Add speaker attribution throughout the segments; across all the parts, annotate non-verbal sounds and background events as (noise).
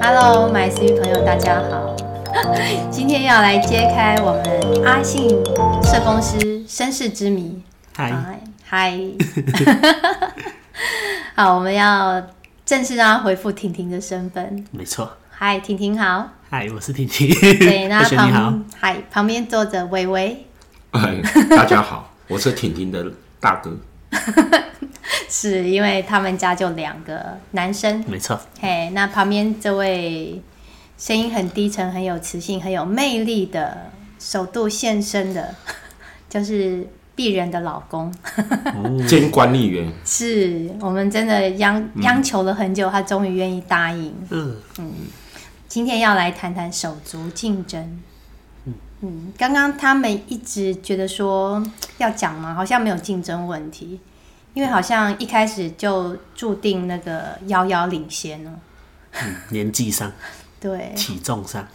Speaker 1: Hello，买思玉朋友，大家好。 (laughs) 今天要来揭开我们阿信社工师身世之谜。啊
Speaker 2: 嗨，
Speaker 1: 嗨，
Speaker 2: (laughs)
Speaker 1: 好，我们要正式让他回复婷婷的身份。
Speaker 2: 没错，
Speaker 1: 嗨，婷婷
Speaker 2: (coughs)
Speaker 1: 好。
Speaker 2: 嗨，我是婷婷。
Speaker 1: 对，那
Speaker 2: (laughs) 同学你好，
Speaker 1: 旁嗨旁边坐着微微，
Speaker 3: 哎，大家好，我是婷婷的大哥。
Speaker 1: 是因为他们家就两个男生。
Speaker 2: 没错，
Speaker 1: 嘿，那旁边这位声音很低沉、很有磁性、很有魅力的首度现身的，就是鄙人的老公， (laughs)
Speaker 3: 兼管理
Speaker 1: 哦
Speaker 3: 员，
Speaker 1: 是我们真的央央求了很久，他终于愿意答应。
Speaker 2: 嗯，
Speaker 1: 今天要来谈谈手足竞争。嗯，刚刚他们一直觉得说要讲嘛，好像没有竞争问题，因为好像一开始就注定那个遥遥领先了。
Speaker 2: 年纪
Speaker 1: 嗯
Speaker 2: 上、
Speaker 1: 对，
Speaker 2: 体重上，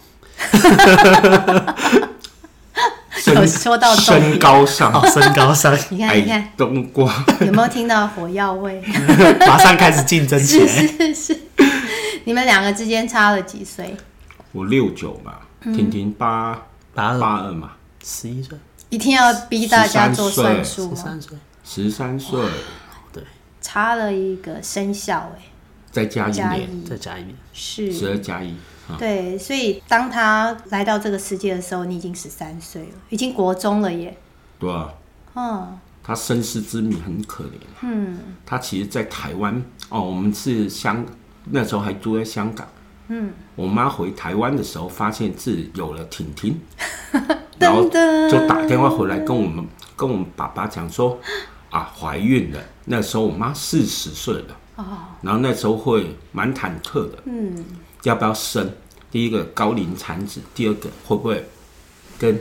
Speaker 1: 有
Speaker 3: 身
Speaker 1: 说到重点
Speaker 3: 身高上，哎
Speaker 2: 哦，身
Speaker 1: (laughs)
Speaker 2: 高上，
Speaker 1: 你看，你看
Speaker 3: 矮，冬瓜，
Speaker 1: (laughs) 有没有听到火药味？
Speaker 2: 马上开始竞争起
Speaker 1: 是
Speaker 2: 来。
Speaker 1: 是是，你们两个之间差了几岁？
Speaker 3: 我六九嘛，
Speaker 1: 嗯
Speaker 3: 婷婷八
Speaker 2: 八二
Speaker 3: 八二嘛，
Speaker 2: 十一岁，
Speaker 1: 一定要逼大家做算术吗？
Speaker 2: 十三岁，
Speaker 3: 十三岁，
Speaker 1: 差了一个生肖哎、
Speaker 3: 再加一
Speaker 1: 加
Speaker 3: 年，
Speaker 1: 一
Speaker 2: 再加一年，
Speaker 3: 十
Speaker 1: 是。
Speaker 3: 二加一啊，
Speaker 1: 对，所以当他来到这个世界的时候，你已经十三岁了，已经国中了耶。
Speaker 3: 对啊，
Speaker 1: 嗯，
Speaker 3: 他身世之谜很可怜。嗯，他其实，在台湾哦，我们是香，那时候还住在香港。嗯，我妈回台湾的时候，发现自己有了婷 (laughs) 婷，然后就打电话回来跟我们跟我们爸爸讲说，啊，怀孕了。那时候我妈四十岁了。哦。然后那时候会蛮忐忑的。嗯。要不要生？第一个高龄产子，第二个会不会跟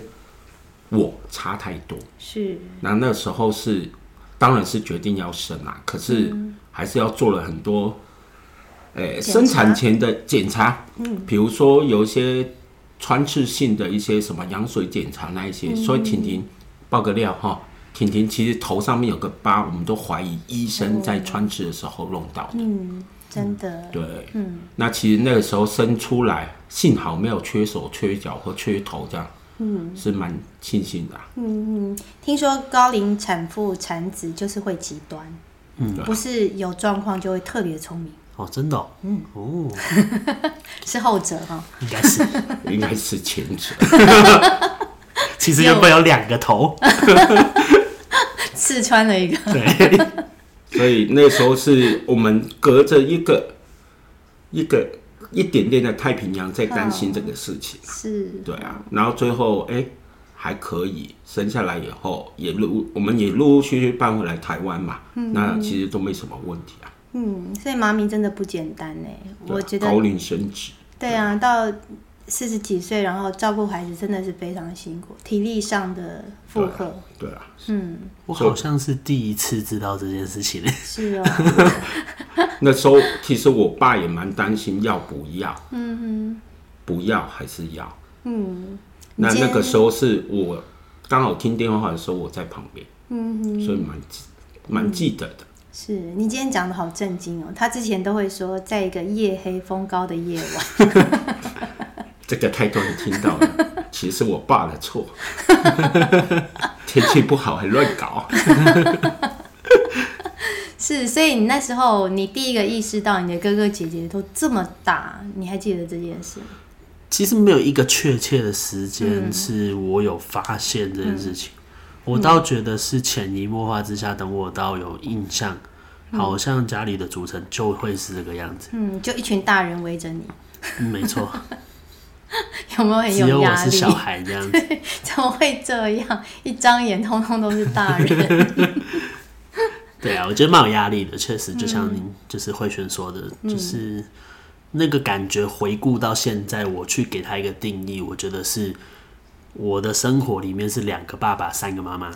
Speaker 3: 我差太多？
Speaker 1: 是
Speaker 3: 那那时候是，当然是决定要生啦、可是还是要做了很多，
Speaker 1: 查
Speaker 3: 呃、生产前的检查，嗯，比如说有一些穿刺性的一些什么羊水检查那一些，所以婷婷爆个料哈，婷婷其实头上面有个疤，我们都怀疑医生在穿刺的时候弄到的，
Speaker 1: 真的。
Speaker 3: 对，嗯，那其实那个时候生出来，幸好没有缺手、缺脚或缺头这样，嗯，是蛮庆幸的啊、 (laughs)
Speaker 1: 听说高龄产妇产子就是会极端，嗯，不是有状况就会特别聪明，
Speaker 2: 哦，真的，哦，
Speaker 1: 嗯
Speaker 2: 哦，
Speaker 1: 是后者哈、
Speaker 2: 应该
Speaker 1: (laughs)
Speaker 2: 是。
Speaker 3: 应该是前者。
Speaker 2: 其实原本有两个头，
Speaker 1: 刺穿了一个。
Speaker 2: 对，
Speaker 3: 所以那时候是我们隔着一个一个一点点的太平洋在担心这个事情，
Speaker 1: 是，
Speaker 3: 对啊，然后最后哎、还可以生下来以后也陆我们也陆陆续续搬回来台湾嘛，那其实都没什么问题啊，
Speaker 1: 嗯，所以妈咪真的不简单呢。
Speaker 3: 对啊
Speaker 1: 我觉得
Speaker 3: 高龄生殖
Speaker 1: 对啊，到四十几岁，然后照顾孩子真的是非常辛苦，体力上的负荷
Speaker 3: 对啊，
Speaker 2: 我好像是第一次知道这件事情。
Speaker 1: 是
Speaker 2: (laughs)
Speaker 1: 哦，
Speaker 3: 那时候其实我爸也蛮担心要不要，嗯不要还是要，
Speaker 1: 嗯你
Speaker 3: 那
Speaker 1: 今天
Speaker 3: 那个时候是我刚好听电话的时候，我在旁边，嗯，所以蛮记蛮记得的。
Speaker 1: 是你今天讲的好震惊哦。他之前都会说，在一个夜黑风高的夜晚， (laughs)
Speaker 3: 这个太多人听到
Speaker 1: (laughs)
Speaker 3: 了，其实是我爸的错，天气不好还乱搞。
Speaker 1: 是，所以你那时候你第一个意识到你的哥哥姐姐都这么大，你还记得这件事吗？
Speaker 2: 其实没有一个确切的时间
Speaker 1: 嗯
Speaker 2: 是我有发现这件事情，我倒觉得是潜移默化之下，等我到有印象，好像家里的组成就会是这个样子。
Speaker 1: 嗯，就一群大人围着你，
Speaker 2: 嗯没错，
Speaker 1: 有没有 (laughs) 很
Speaker 2: 只有我
Speaker 1: 压
Speaker 2: 是
Speaker 1: 力？
Speaker 2: 小孩这样子，
Speaker 1: (laughs) 怎么会这样？一张眼通通都是大
Speaker 2: (laughs)
Speaker 1: 人，
Speaker 2: 对啊，我觉得蛮有压力的，确实，就像
Speaker 1: 嗯
Speaker 2: 您就是慧轩说的，就是那个感觉。回顾到现在，我去给他一个定义，我觉得是我的生活里面是两个爸爸，三个
Speaker 1: (laughs)
Speaker 2: 妈妈。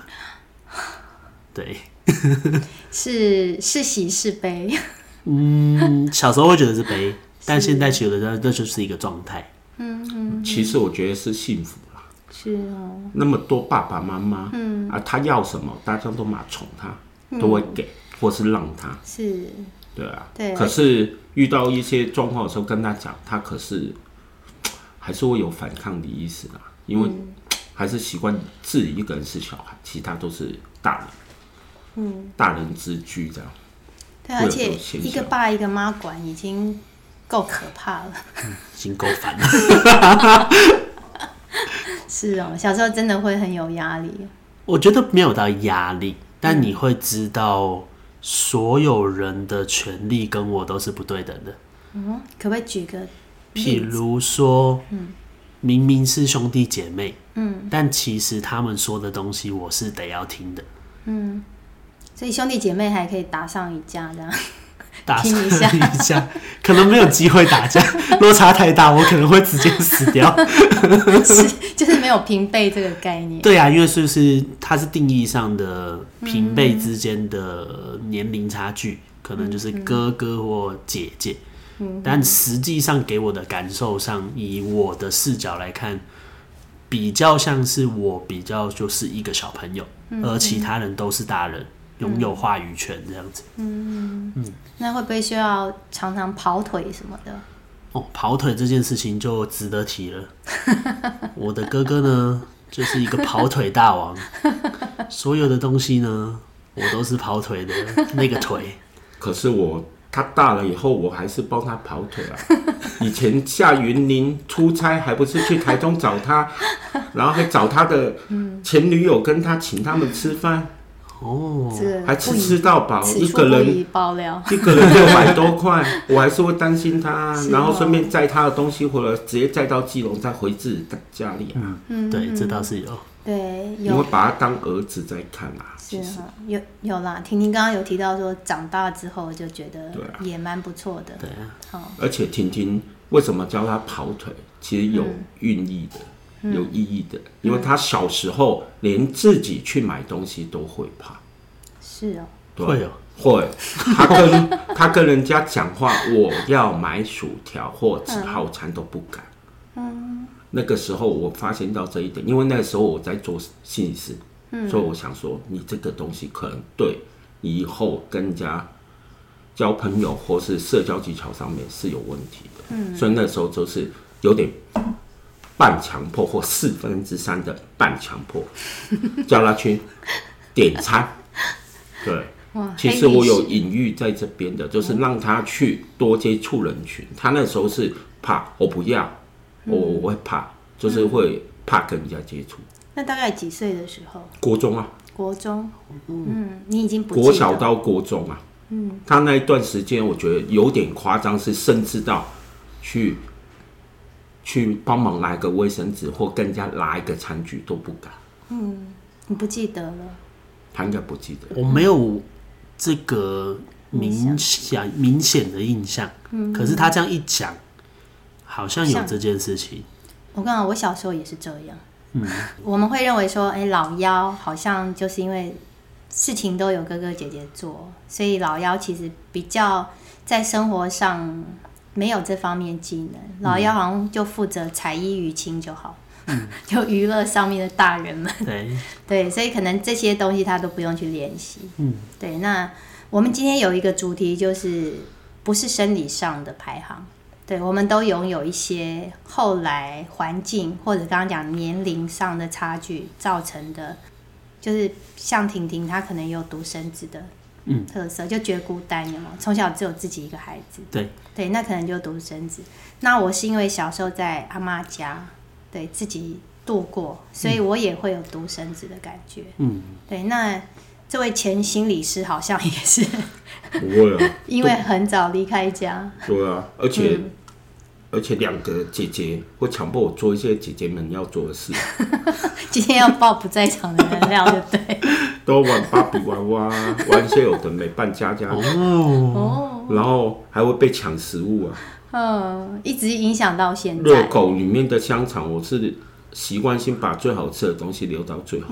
Speaker 2: 对，
Speaker 1: 是是喜是悲。 (laughs)
Speaker 2: 嗯，小时候会觉得是悲，但现在觉得这就是一个状态。
Speaker 3: 其实我觉得是幸福啦，
Speaker 1: 是哦，
Speaker 3: 那么多爸爸妈妈，嗯啊，他要什么，大家
Speaker 1: 嗯
Speaker 3: 都蛮宠他，都会给或是让他，
Speaker 1: 是
Speaker 3: 对啊。
Speaker 1: 对
Speaker 3: 可是遇到一些状况的时候跟他讲，他可是还是会有反抗的意思啦，啊因为
Speaker 1: 嗯
Speaker 3: 还是习惯自己一个人是小孩，其他都是大人，嗯，大人之居这样。
Speaker 1: 对，啊
Speaker 3: 会有
Speaker 1: 而且
Speaker 3: 这种现
Speaker 1: 一个
Speaker 3: 象
Speaker 1: 爸一个妈管已经够可怕了。 (laughs)
Speaker 2: 已经够烦了。 (laughs)
Speaker 1: 是哦，小时候真的会很有压力。
Speaker 2: 我觉得没有到压力，但你会知道所有人的权利跟我都是不对等的。
Speaker 1: 嗯，可不可以举个
Speaker 2: 譬如说，
Speaker 1: 嗯
Speaker 2: 明明是兄弟姐妹，嗯，但其实他们说的东西我是得要听的。
Speaker 1: 所以兄弟姐妹还可以打上一架这样。 (laughs)
Speaker 2: 打
Speaker 1: 听
Speaker 2: 算
Speaker 1: 一下
Speaker 2: 一下，可能没有机会打架，落差太大，我可能会直接死掉。
Speaker 1: 是，就是没有平辈这个概念。
Speaker 2: 对啊，因为是不是它是定义上的平辈之间的年龄差距，可能就是哥哥或姐姐。但实际上给我的感受上，以我的视角来看，比较像是我比较就是一个小朋友，而其他人都是大人，拥有话语权这样子。
Speaker 1: 那会不会需要常常跑腿什么的？
Speaker 2: 哦，跑腿这件事情就值得提了。 (laughs) 我的哥哥呢，就是一个跑腿大王，所有的东西呢，我都是跑腿的那个腿。
Speaker 3: 可是我他大了以后，我还是帮他跑腿啊。 (laughs) 以前下云林出差，还不是去台中找
Speaker 1: (laughs)
Speaker 3: 他，然后还找他的
Speaker 1: 嗯
Speaker 3: 前女友跟他请他们吃饭，
Speaker 2: 哦，
Speaker 1: 这个
Speaker 3: 还
Speaker 1: 不
Speaker 3: 吃
Speaker 1: 宜
Speaker 3: 吃到饱，
Speaker 1: 此
Speaker 3: 一
Speaker 1: 处
Speaker 3: 个
Speaker 1: 不
Speaker 3: 人
Speaker 1: 宜爆料。
Speaker 3: 一个人六百多块，我还是会担心他
Speaker 1: (laughs)
Speaker 3: 啊，
Speaker 1: 是哦
Speaker 3: 然后顺便载他的东西回来，直接载到基隆，再回自己的家里
Speaker 1: 嗯
Speaker 3: 啊。
Speaker 2: 对，这倒是有。
Speaker 1: 对，
Speaker 3: 你会
Speaker 1: 有
Speaker 3: 把他当儿子在看啊，
Speaker 1: 是
Speaker 3: 其实
Speaker 1: 哈，有有啦。婷婷刚刚有提到说，长大之后就觉得
Speaker 3: 对啊
Speaker 1: 也蛮不错的。
Speaker 2: 对啊，
Speaker 3: 而且婷婷为什么叫她跑腿？其实有寓意的，
Speaker 1: 嗯
Speaker 3: 有意义的，因为她小时候连自己去买东西都会怕，
Speaker 1: 是哦，
Speaker 3: 对
Speaker 2: 会哦，
Speaker 3: 会。她跟她跟人家讲话，我要买薯条或吃套餐都不敢。那个时候我发现到这一点，因为那个时候我在做心理师，所以我想说，你这个东西可能对你以后跟人家交朋友或是社交技巧上面是有问题的。所以那时候就是有点半强迫或四分之三的半强迫，叫他去点餐。对，
Speaker 1: 哇，
Speaker 3: 其
Speaker 1: 黑
Speaker 3: 实
Speaker 1: 历
Speaker 3: 我有
Speaker 1: 史
Speaker 3: 隐喻在这边的，就是让他去多接触人群。他那时候是怕，我不要，我我会怕，就是会怕跟人家接触。
Speaker 1: 那大概几岁的时候？
Speaker 3: 国中啊，
Speaker 1: 国中，嗯，你已经不
Speaker 3: 国
Speaker 1: 记
Speaker 3: 小
Speaker 1: 得
Speaker 3: 到国中啊，嗯，他那一段时间我觉得有点夸张，是甚至到去去帮忙拿一个卫生纸或跟人家拿一个餐具都不敢，
Speaker 1: 你不记得了，
Speaker 3: 他应该不记得。
Speaker 2: 我没有这个明显明显的印象，可是他这样一讲，好像有
Speaker 1: 像
Speaker 2: 这件事情。
Speaker 1: 我跟你讲，我小时候也是这样。
Speaker 3: 嗯
Speaker 1: 我们会认为说，哎、老幺好像就是因为事情都有哥哥姐姐做，所以老幺其实比较在生活上没有这方面技能。老
Speaker 3: 嗯
Speaker 1: 幺好像就负责才艺娱亲就好， (laughs) 就娱乐上面的大人们。
Speaker 2: 对，
Speaker 1: 对，所以可能这些东西他都不用去练习。嗯，对。那我们今天有一个主题，就是不是生理上的排行。对，我们都拥有一些后来环境或者刚刚讲年龄上的差距造成的，就是像婷婷她可能有独生子的特色，就觉得孤单，有吗？从小只有自己一个孩子，
Speaker 2: 对
Speaker 1: 对，那可能就独生子。那我是因为小时候在阿妈家，对自己度过，所以我也会有独生子的感觉。
Speaker 2: 嗯，
Speaker 1: 对，那这位前心理师好像也
Speaker 2: (laughs)
Speaker 1: 是
Speaker 3: 不会啊，
Speaker 1: 因为很早离开家，
Speaker 3: 对啊，而且、而且两个姐姐会强迫我做一些姐姐们要做的 (laughs) 事，
Speaker 1: 今天要爆不在场的能量，对不对？ (laughs)
Speaker 3: 都玩芭比娃娃，玩一些有的没扮家家，
Speaker 1: 哦，
Speaker 3: 然后还会被抢食物啊。
Speaker 1: 嗯，一直影响到现
Speaker 3: 热
Speaker 1: 在。
Speaker 3: 狗里面的香肠，我是习惯性把最好吃的东西留到最后，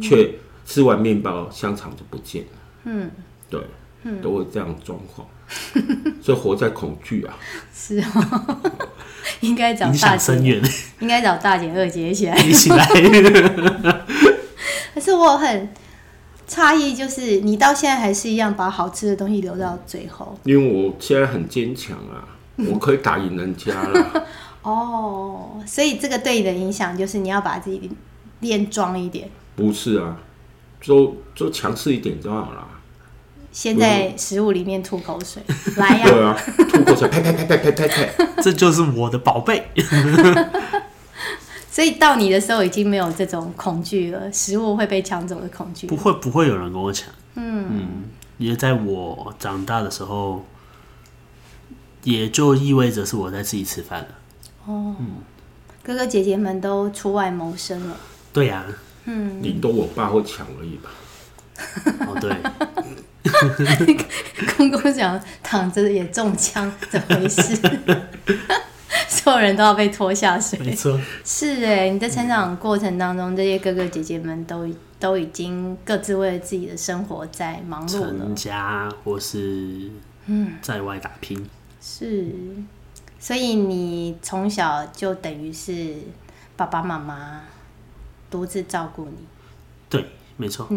Speaker 3: 却吃完面包香肠就不见了。嗯，对，都会这样状况，所以活在恐惧啊。
Speaker 1: 是哦，应该找
Speaker 2: 影
Speaker 1: 大
Speaker 2: 响深
Speaker 1: 姐，
Speaker 2: 远，
Speaker 1: 应该 (laughs)
Speaker 2: (laughs)
Speaker 1: 找大姐、二姐一起来。
Speaker 2: 一起来。
Speaker 1: 可是我很，差异就是你到现在还是一样把好吃的东西留到最后。
Speaker 3: 因为我现在很坚强啊，我可以打赢人家了。
Speaker 1: 哦，所以这个对你的影响就是你要把自己练壮一点。
Speaker 3: 不是啊，就就强势一点就好了。
Speaker 1: 先在食物里面吐口水， (laughs) 来呀、
Speaker 3: 对啊，吐口水，呸 (laughs) 呸呸呸呸呸呸，
Speaker 2: 这就是我的宝贝。
Speaker 1: 所以到你的时候已经没有这种恐惧了，食物会被抢走的恐惧
Speaker 2: 不。会不会有人跟我抢。嗯也在我长大的时候，也就意味着是我在自己吃饭了。
Speaker 1: 哥哥姐姐们都出外谋生了， (laughs)
Speaker 2: 对呀、
Speaker 3: 顶多我爸会抢而已吧。
Speaker 2: 哦 (laughs) 对，
Speaker 1: 公公讲躺着也中枪，怎么回事？ (laughs) 所有人都要被拖下水。
Speaker 2: 没错，
Speaker 1: 是哎，你在成长过程当中，这些哥哥姐姐们都都已经各自为了自己的生活在忙碌了
Speaker 2: 成，家或是在外打拼。
Speaker 1: 是，所以你从小就等于是爸爸妈妈独自照顾你。
Speaker 2: 对，没错，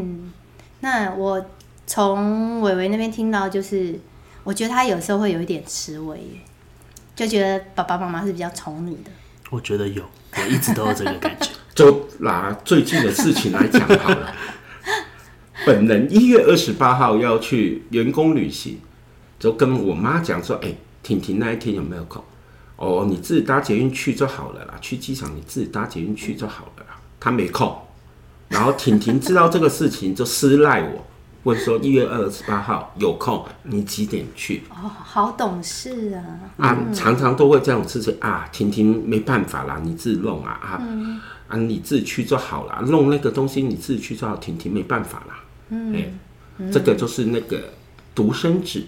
Speaker 1: 那我从伟伟那边听到，就是我觉得他有时候会有一点吃味耶，就觉得爸爸妈妈是比较宠你的。
Speaker 2: 我觉得有，我一直都有这个感 (laughs) 觉。
Speaker 3: 就拿最近的事情来讲好了。本人一月二十八号要去员工旅行，就跟我妈讲说：“哎、婷婷那一天有没有空？哦，你自己搭捷运去就好了啦，去机场你自己搭捷运去就好了啦。”她没空，然后婷婷知道这个事情就私赖我，问说：“一月二十八号有空，你几点去？”
Speaker 1: 哦，好懂事啊！
Speaker 3: 啊，常常都会这种事情啊，婷婷没办法啦，你自己弄啊啊、
Speaker 1: 嗯
Speaker 3: 啊，你自己去就好啦，弄那个东西你自己去就好，婷婷没办法啦。嗯，这个就是那个独生子。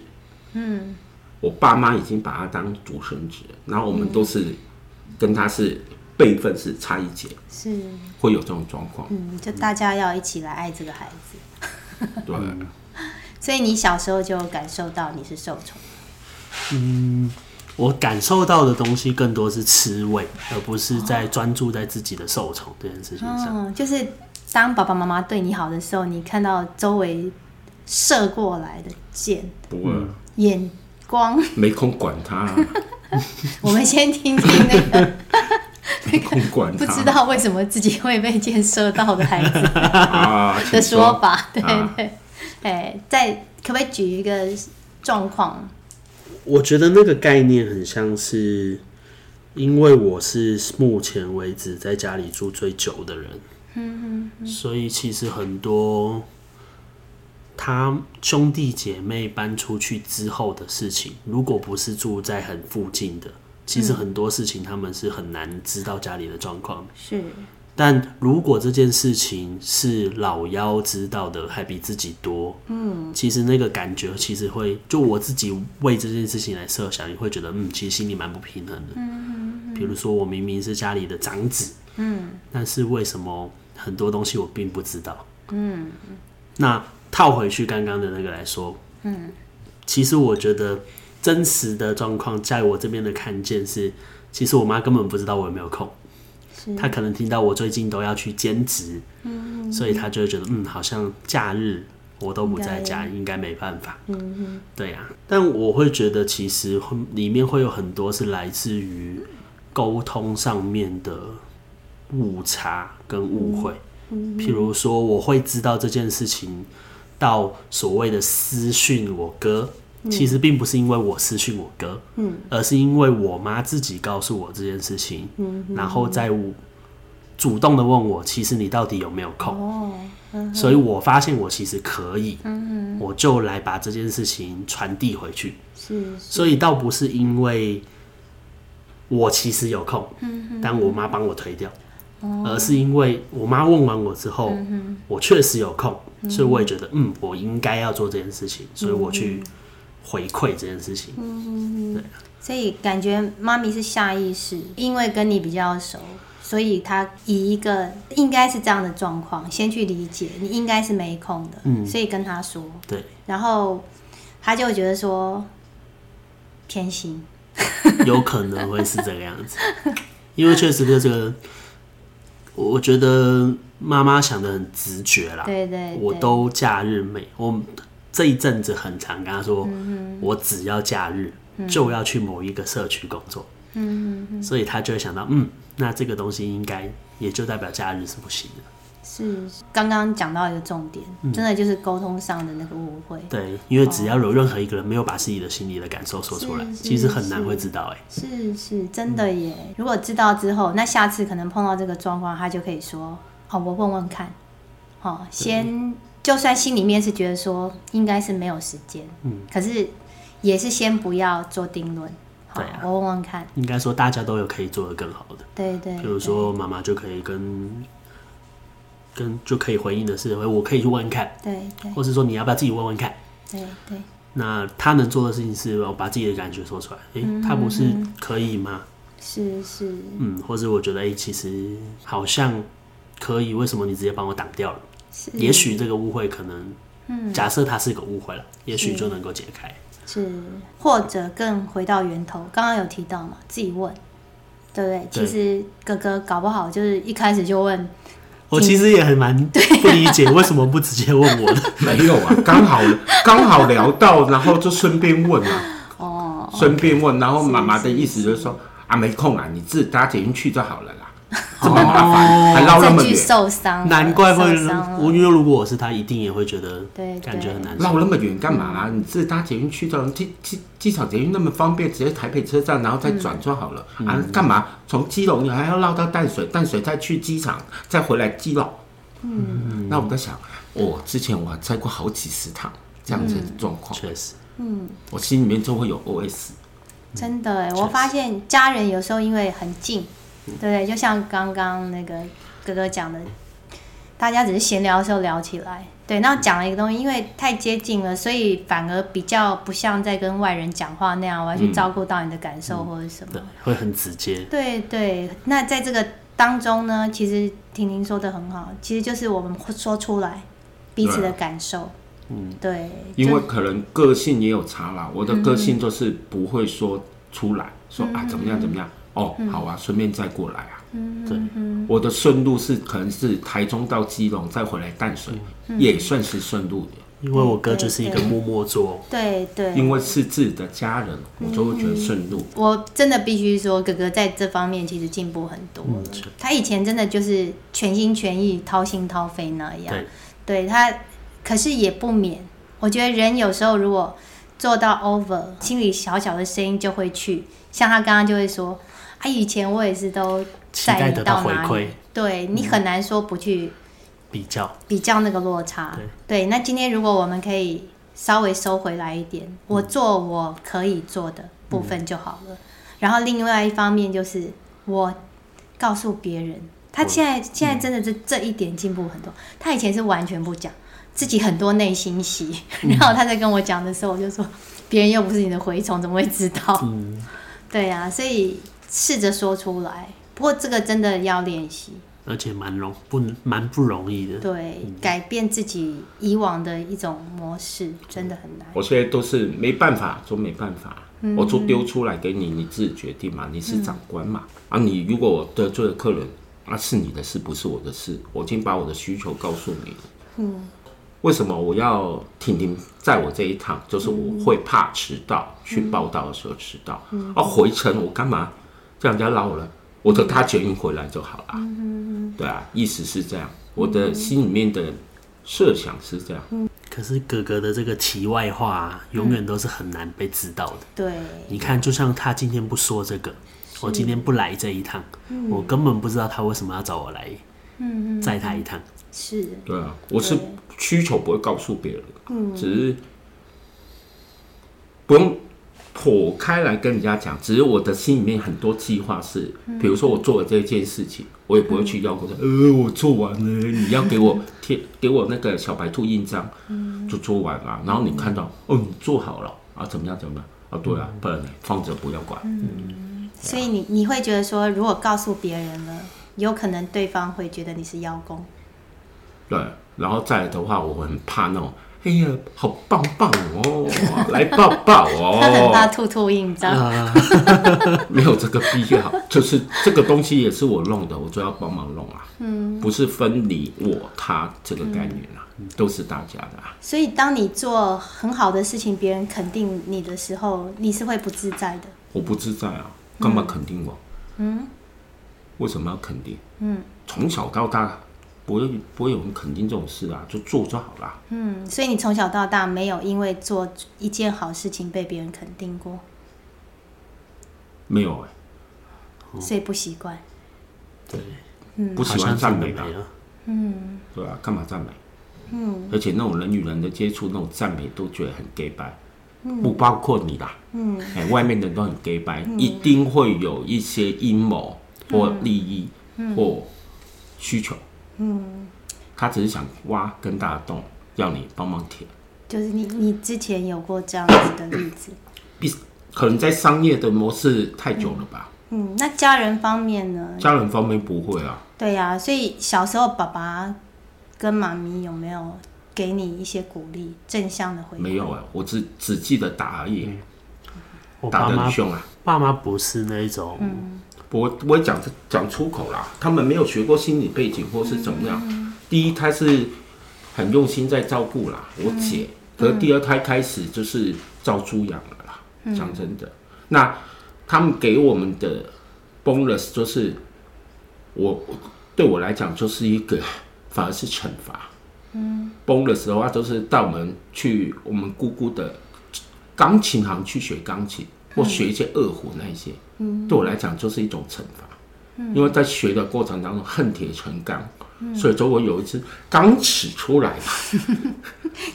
Speaker 3: 嗯，我爸妈已经把他当独生子了，然后我们都是跟他是辈分是差一截，
Speaker 1: 是，
Speaker 3: 会有这种状况。
Speaker 1: 嗯，就大家要一起来爱这个孩子。
Speaker 3: 对，
Speaker 1: 所以你小时候就感受到你是受宠，
Speaker 2: 我感受到的东西更多是吃味，而不是在专注在自己的受宠这件事情上。
Speaker 1: 嗯，就是当爸爸妈妈对你好的时候，你看到周围射过来的箭
Speaker 3: 不过
Speaker 1: 眼光。 (laughs)
Speaker 3: 没空管他啊，
Speaker 1: 我们先听听那个
Speaker 3: 没空管
Speaker 1: 不
Speaker 3: 他，
Speaker 1: 知道为什么自己会被箭射到的孩子。
Speaker 3: 啊
Speaker 1: 的
Speaker 3: 请
Speaker 1: 说法，对
Speaker 3: 啊
Speaker 1: 对，哎、再可不可以举一个状况？
Speaker 2: 我觉得那个概念很像是，因为我是目前为止在家里住最久的人，所以其实很多他兄弟姐妹搬出去之后的事情，如果不是住在很附近的，其实很多事情他们是很难知道家里的状况的。
Speaker 1: 是
Speaker 2: 但如果这件事情是老妖知道的还比自己多，嗯，其实那个感觉其实会，就我自己为这件事情来设想，也会觉得，嗯，其实心里蛮不平衡的。嗯比如说我明明是家里的长子，嗯，但是为什么很多东西我并不知道？嗯，那套回去刚刚的那个来说，嗯，其实我觉得真实的状况在我这边的看见是，其实我妈根本不知道我有没有空。他可能听到我最近都要去兼职，所以他就会觉得，嗯，好像假日我都不在家，应该没办法。对呀、但我会觉得其实会里面会有很多是来自于沟通上面的误差跟误会。譬如说，我会知道这件事情到所谓的私讯我哥，其实并不是因为我私讯我哥，嗯，而是因为我妈自己告诉我这件事情，嗯，然后再我主动的问我，其实你到底有没有空？
Speaker 1: 哦，
Speaker 2: 所以我发现我其实可以，
Speaker 1: 嗯
Speaker 2: 我就来把这件事情传递回去。
Speaker 1: 是
Speaker 2: 所以倒不是因为我其实有空，
Speaker 1: 嗯
Speaker 2: 但我妈帮我推掉，
Speaker 1: 哦
Speaker 2: 而是因为我妈问完我之后，
Speaker 1: 嗯
Speaker 2: 我确实有空，所以我也觉得，嗯，我应该要做这件事情，所以我
Speaker 1: 嗯
Speaker 2: 去回馈这件事情。
Speaker 1: 所以感觉妈咪是下意识，因为跟你比较熟，所以她以一个应该是这样的状况先去理解，你应该是没空的，所以跟她说，
Speaker 2: 对，
Speaker 1: 然后她就会觉得说偏心，
Speaker 2: 有可能会是这个样子，因为确实这个，我觉得妈妈想的很直觉啦，
Speaker 1: 对对对
Speaker 2: 我都假日每我这一阵子很常跟他说，
Speaker 1: 嗯
Speaker 2: 我只要假日就要去某一个社区工作，嗯，所以他就会想到，嗯，那这个东西应该也就代表假日是不行的，
Speaker 1: 是刚刚讲到一个重点，
Speaker 2: 嗯
Speaker 1: 真的就是沟通上的那个误会。
Speaker 2: 对，因为只要有任何一个人没有把自己的心里的感受说出来，
Speaker 1: 是是
Speaker 2: 其实很难会知道、欸，
Speaker 1: 是是，真
Speaker 2: 嗯
Speaker 1: 的耶。如果知道之后，那下次可能碰到这个状况，他就可以说：“哦，我问问看。”哦，先就算心里面是觉得说应该是没有时间，嗯，可是也是先不要做定论。好
Speaker 2: 对啊
Speaker 1: 我问问看。
Speaker 2: 应该说大家都有可以做得更好的，
Speaker 1: 对对
Speaker 2: 比如
Speaker 1: 对
Speaker 2: 说妈妈就可以跟跟就可以回应的是，哎我可以去问问看，
Speaker 1: 对对
Speaker 2: 或是说你要不要自己问问看。
Speaker 1: 对对，
Speaker 2: 那他能做的事情是我把自己的感觉说出来，诶、他不是可以吗？
Speaker 1: 是是，
Speaker 2: 嗯，或者我觉得，诶、其实好像可以，为什么你直接帮我挡掉了？
Speaker 1: 是嗯
Speaker 2: 也许这个误会可能，假设它是个误会了，也许就能够解开。
Speaker 1: 是，或者更回到源头，刚刚有提到嘛，自己问，对不对？其实哥哥搞不好就是一开始就问，
Speaker 2: 我其实也很蛮不理解，为什么不直接问我
Speaker 1: (laughs)
Speaker 2: 的？
Speaker 3: 没有啊，刚好刚好聊到，然后就顺便问啊，
Speaker 1: 哦，
Speaker 3: 顺便问，然后妈妈的意思就是哦说啊，没空啊，你自己搭捷运去就好了啦，这么麻烦，还绕那
Speaker 1: 证
Speaker 3: 么
Speaker 1: 据
Speaker 3: 远，
Speaker 1: 受伤了，
Speaker 2: 难怪会
Speaker 1: 哦
Speaker 2: 啊
Speaker 1: 受伤，
Speaker 2: 我
Speaker 1: 了，
Speaker 2: 因为如果我是他，一定也会觉得
Speaker 1: 对
Speaker 2: 感觉很难
Speaker 3: 绕
Speaker 2: 受。
Speaker 3: 那么远干嘛啦？你自己搭捷运去就好了，机机机场捷运那么方便，直接台北车站然后再转就好了啊，干嘛从基隆你还要绕到淡水，淡水再去机场，再回来基隆？嗯，那我在想，我之前我还载过好几十趟这样子的状况，
Speaker 2: 确实，
Speaker 3: 我心里面就会有 OS。
Speaker 1: 真的哎，我发现家人有时候因为很近，对不对？就像刚刚那个哥哥讲的，大家只是闲聊的时候聊起来，对，那讲了一个东西，因为太接近了，所以反而比较不像在跟外人讲话那样，我要去照顾到你的感受或者什么。
Speaker 2: 对，会很直接。
Speaker 1: 对对，那在这个当中呢，其实婷婷说的很好，其实就是我们会说出来彼此的感受，嗯，对，
Speaker 3: 啊因
Speaker 1: 就
Speaker 3: 为可能个性也有差啦，我的个性就是不会说出来，说啊怎么样怎么样，哦好啊，顺便再过来啊。
Speaker 1: 嗯
Speaker 2: 对，
Speaker 3: 我的顺路是可能是台中到基隆，再回来淡水，也算是顺路的，
Speaker 2: 因为我哥就是一
Speaker 1: 嗯
Speaker 2: 个
Speaker 1: 对对
Speaker 2: 默默做，
Speaker 1: 对对，
Speaker 3: 因为是自己的家人，我就会觉得顺路。
Speaker 1: 我真的必须说，哥哥在这方面其实进步很多
Speaker 3: 嗯
Speaker 1: 了。他以前真的就是全心全意、掏心掏肺那样，
Speaker 2: 对
Speaker 1: 对他，可是也不免，我觉得人有时候如果做到 over，心里小小的声音就会去，像他刚刚就会说，啊，以前我也是都
Speaker 2: 期待
Speaker 1: 在意
Speaker 2: 得到回
Speaker 1: 哪
Speaker 2: 馈
Speaker 1: 里，啊对你很难说不去
Speaker 2: 比较。
Speaker 1: 比较那个落差。对，那今天如果我们可以稍微收回来一点，我做我可以做的部分就好了。然后另外一方面就是我告诉别人，他现在现在真的这这一点进步很多，他以前是完全不讲。自己很多内心戏，然后他在跟我讲的时候，我就说，别人又不是你的蛔虫，怎么会知道？对呀、所以试着说出来。不过这个真的要练习，
Speaker 2: 而且蛮容不蛮不容易的。
Speaker 1: 对，
Speaker 3: 嗯
Speaker 1: 改变自己以往的一种模式真的很难。
Speaker 3: 我现在都是没办法，说没办法，我就丢出来给你，你自己决定嘛，你是长官嘛，啊，你如果我得罪了客人，那、是你的事，不是我的事，我已经把我的需求告诉你了。为什么我要婷婷在我这一趟？就是我会怕迟到，去报道的时候迟到。啊，回程我干嘛叫人家绕了？我等他捷运回来就好了。对啊，意思是这样，我的心里面的设想是这样。
Speaker 2: 可是哥哥的这个题外话、啊，永远都是很难被知道
Speaker 3: 嗯
Speaker 2: 的。
Speaker 1: 对，
Speaker 2: 你看，就像他今天不说这个，我今天不来这一趟，
Speaker 1: 嗯
Speaker 2: 我根本不知道他为什么要找我来，载他一趟。
Speaker 1: 是，
Speaker 3: 对啊，我是需求不会告诉别人，只是不用剖开来跟人家讲。只是我的心里面很多计划是，比如说我做了这件事情，我也不会去要求说，呃，我做完了，你要给我贴 (laughs) 给我那个小白兔印章，就做完了。然后你看到，哦，你做好了啊，怎么样怎么样啊？对啊，不然放着不要管。
Speaker 1: 所以你你会觉得说，如果告诉别人了，有可能对方会觉得你是邀功。
Speaker 3: 对，然后再来的话，我很怕那种，哎呀，好棒棒哦， (laughs) 来抱抱
Speaker 1: (laughs) 他很怕
Speaker 3: 哦，啊
Speaker 1: 兔兔印章，
Speaker 3: 没有这个必要， (laughs) 就是这个东西也是我弄的，我就要帮忙弄啊，嗯，不是分你我他这个概念啊，都是大家的啊，
Speaker 1: (laughs) 所以当你做很好的事情，别人肯定你的时候，你是会不自在的。
Speaker 3: 我不自在啊，干嘛肯定我？嗯，为什么要肯定？嗯，从小到大不会不会有人肯定这种事啊，就做就好啦。
Speaker 1: 嗯，所以你从小到大没有因为做一件好事情被别人肯定过，
Speaker 3: 哦没有哎、
Speaker 1: 所以不习惯。
Speaker 2: 对，
Speaker 3: 不
Speaker 2: 好
Speaker 3: 喜
Speaker 2: 像
Speaker 3: 欢
Speaker 2: 是
Speaker 3: 赞美啊
Speaker 2: 没
Speaker 3: 的、
Speaker 2: 了。
Speaker 3: 对啊，干嘛赞美？嗯，而且那种人与人的接触，那种赞美都觉得很 gay 白，不包括你啦，嗯，哎、外面的人都很 gay 白、一定会有一些阴谋或利益或需求，嗯，他只是想挖更大的洞，要你帮忙填，
Speaker 1: 就是你，你之前有过这样子的例子。
Speaker 3: 必可能在商业的模式太久了吧，
Speaker 1: 嗯，那家人方面呢？
Speaker 3: 家人方面不会啊，
Speaker 1: 对呀、所以小时候爸爸跟妈咪有没有给你一些鼓励、正向的回馈？
Speaker 3: 没有哎、我只只记得打而已，
Speaker 2: 我爸
Speaker 3: 打得很
Speaker 2: 妈
Speaker 3: 凶啊。
Speaker 2: 爸妈不是那一种，
Speaker 1: 嗯
Speaker 3: 我我讲讲出口啦，他们没有学过心理背景或是怎么样。第一，他是很用心在照顾啦，我姐。可是第二胎开始就是照猪养了啦，讲真的。那他们给我们的 bonus 就是我对我来讲就是一个反而是惩罚。嗯，bonus 的话就是带我们去我们姑姑的钢琴行去学钢琴，或学一些二胡那一些。对我来讲就是一种惩罚，因为在学的过程当中恨铁成钢，所以说我有一次钢尺出来了，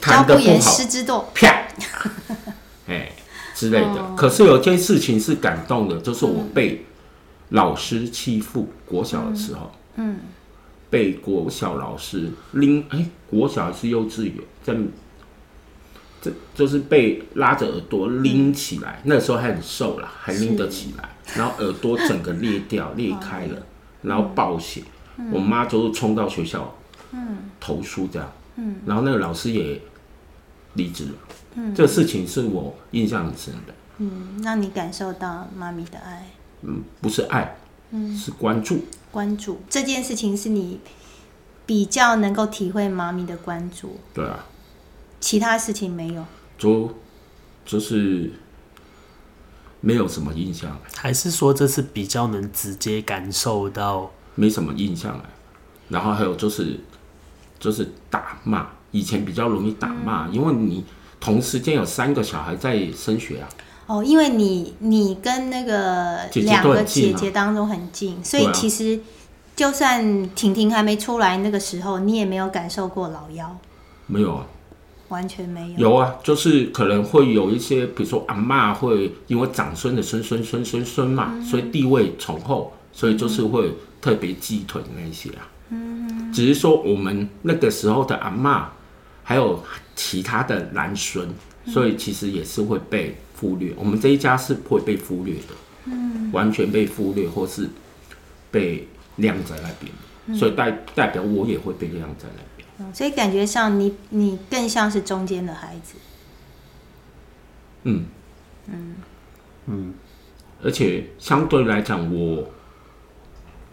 Speaker 1: 教
Speaker 3: 弹的
Speaker 1: 不
Speaker 3: 不
Speaker 1: 严，
Speaker 3: 好，
Speaker 1: 师之惰。
Speaker 3: 啪， (laughs) 哎之类的。可是有件事情是感动的，就是我被老师欺负，国小的时候，嗯，被国小老师拎，哎，国小还是幼稚园，在这就是被拉着耳朵拎起来，那时候还很瘦啦，还拎得起来，然后耳朵整个裂掉，裂开了，然后爆血，我妈就冲到学校，投诉这样，然后那个老师也离职了，这个事情是我印象很深的，
Speaker 1: 嗯，让你感受到妈咪的爱、
Speaker 3: 嗯，不是爱，是关注，
Speaker 1: 关注。这件事情是你比较能够体会妈咪的关注，
Speaker 3: 对啊，
Speaker 1: 其他事情没有。
Speaker 3: 就就是没有什么印象，
Speaker 2: 还是说这是比较能直接感受到
Speaker 3: 没什么印象哎。然后还有就是就是打骂，以前比较容易打骂，因为你同时间有三个小孩在升学啊，
Speaker 1: 哦，因为你你跟那个
Speaker 3: 姐姐
Speaker 1: 两
Speaker 3: 都
Speaker 1: 个
Speaker 3: 很近
Speaker 1: 姐
Speaker 3: 啊
Speaker 1: 姐当中很近，所
Speaker 3: 对
Speaker 1: 以
Speaker 3: 啊
Speaker 1: 其实就算婷婷还没出来那个时候，你也没有感受过老幺，
Speaker 3: 没有啊，
Speaker 1: 完全没有。
Speaker 3: 有啊，就是可能会有一些，比如说阿嬷会因为长孙的孙孙孙孙孙嘛，所以地位崇厚，所以就是会特别鸡腿那一些啊。嗯，只是说我们那个时候的阿嬷，还有其他的男孙，所以其实也是会被忽略。我们这一家是会被忽略的，嗯，完全被忽略或是被晾在那边，所以代代表我也会被晾在那边。
Speaker 1: 嗯所以感觉上你你更像是中间的孩子。
Speaker 3: 嗯，而且相对来讲，我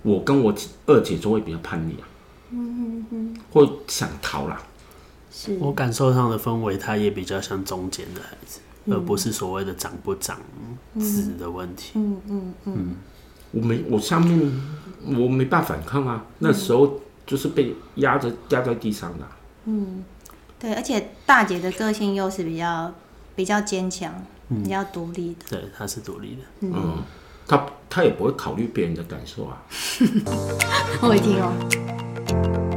Speaker 3: 我跟我姐二姐就会比较叛逆啊，嗯嗯嗯，会想逃啦，
Speaker 1: 是
Speaker 2: 我感受上的氛围？他也比较像中间的孩子，而不是所谓的长不长子的问题。
Speaker 3: 我没我下面我没办法反抗啊，那时候就是被压着压在地上的啊、
Speaker 1: 对，而且大姐的个性又是比较比较坚强、比较独立的。
Speaker 2: 对，他是独立的。
Speaker 3: 嗯，她她也不会考虑别人的感受啊，
Speaker 1: 我一听哦，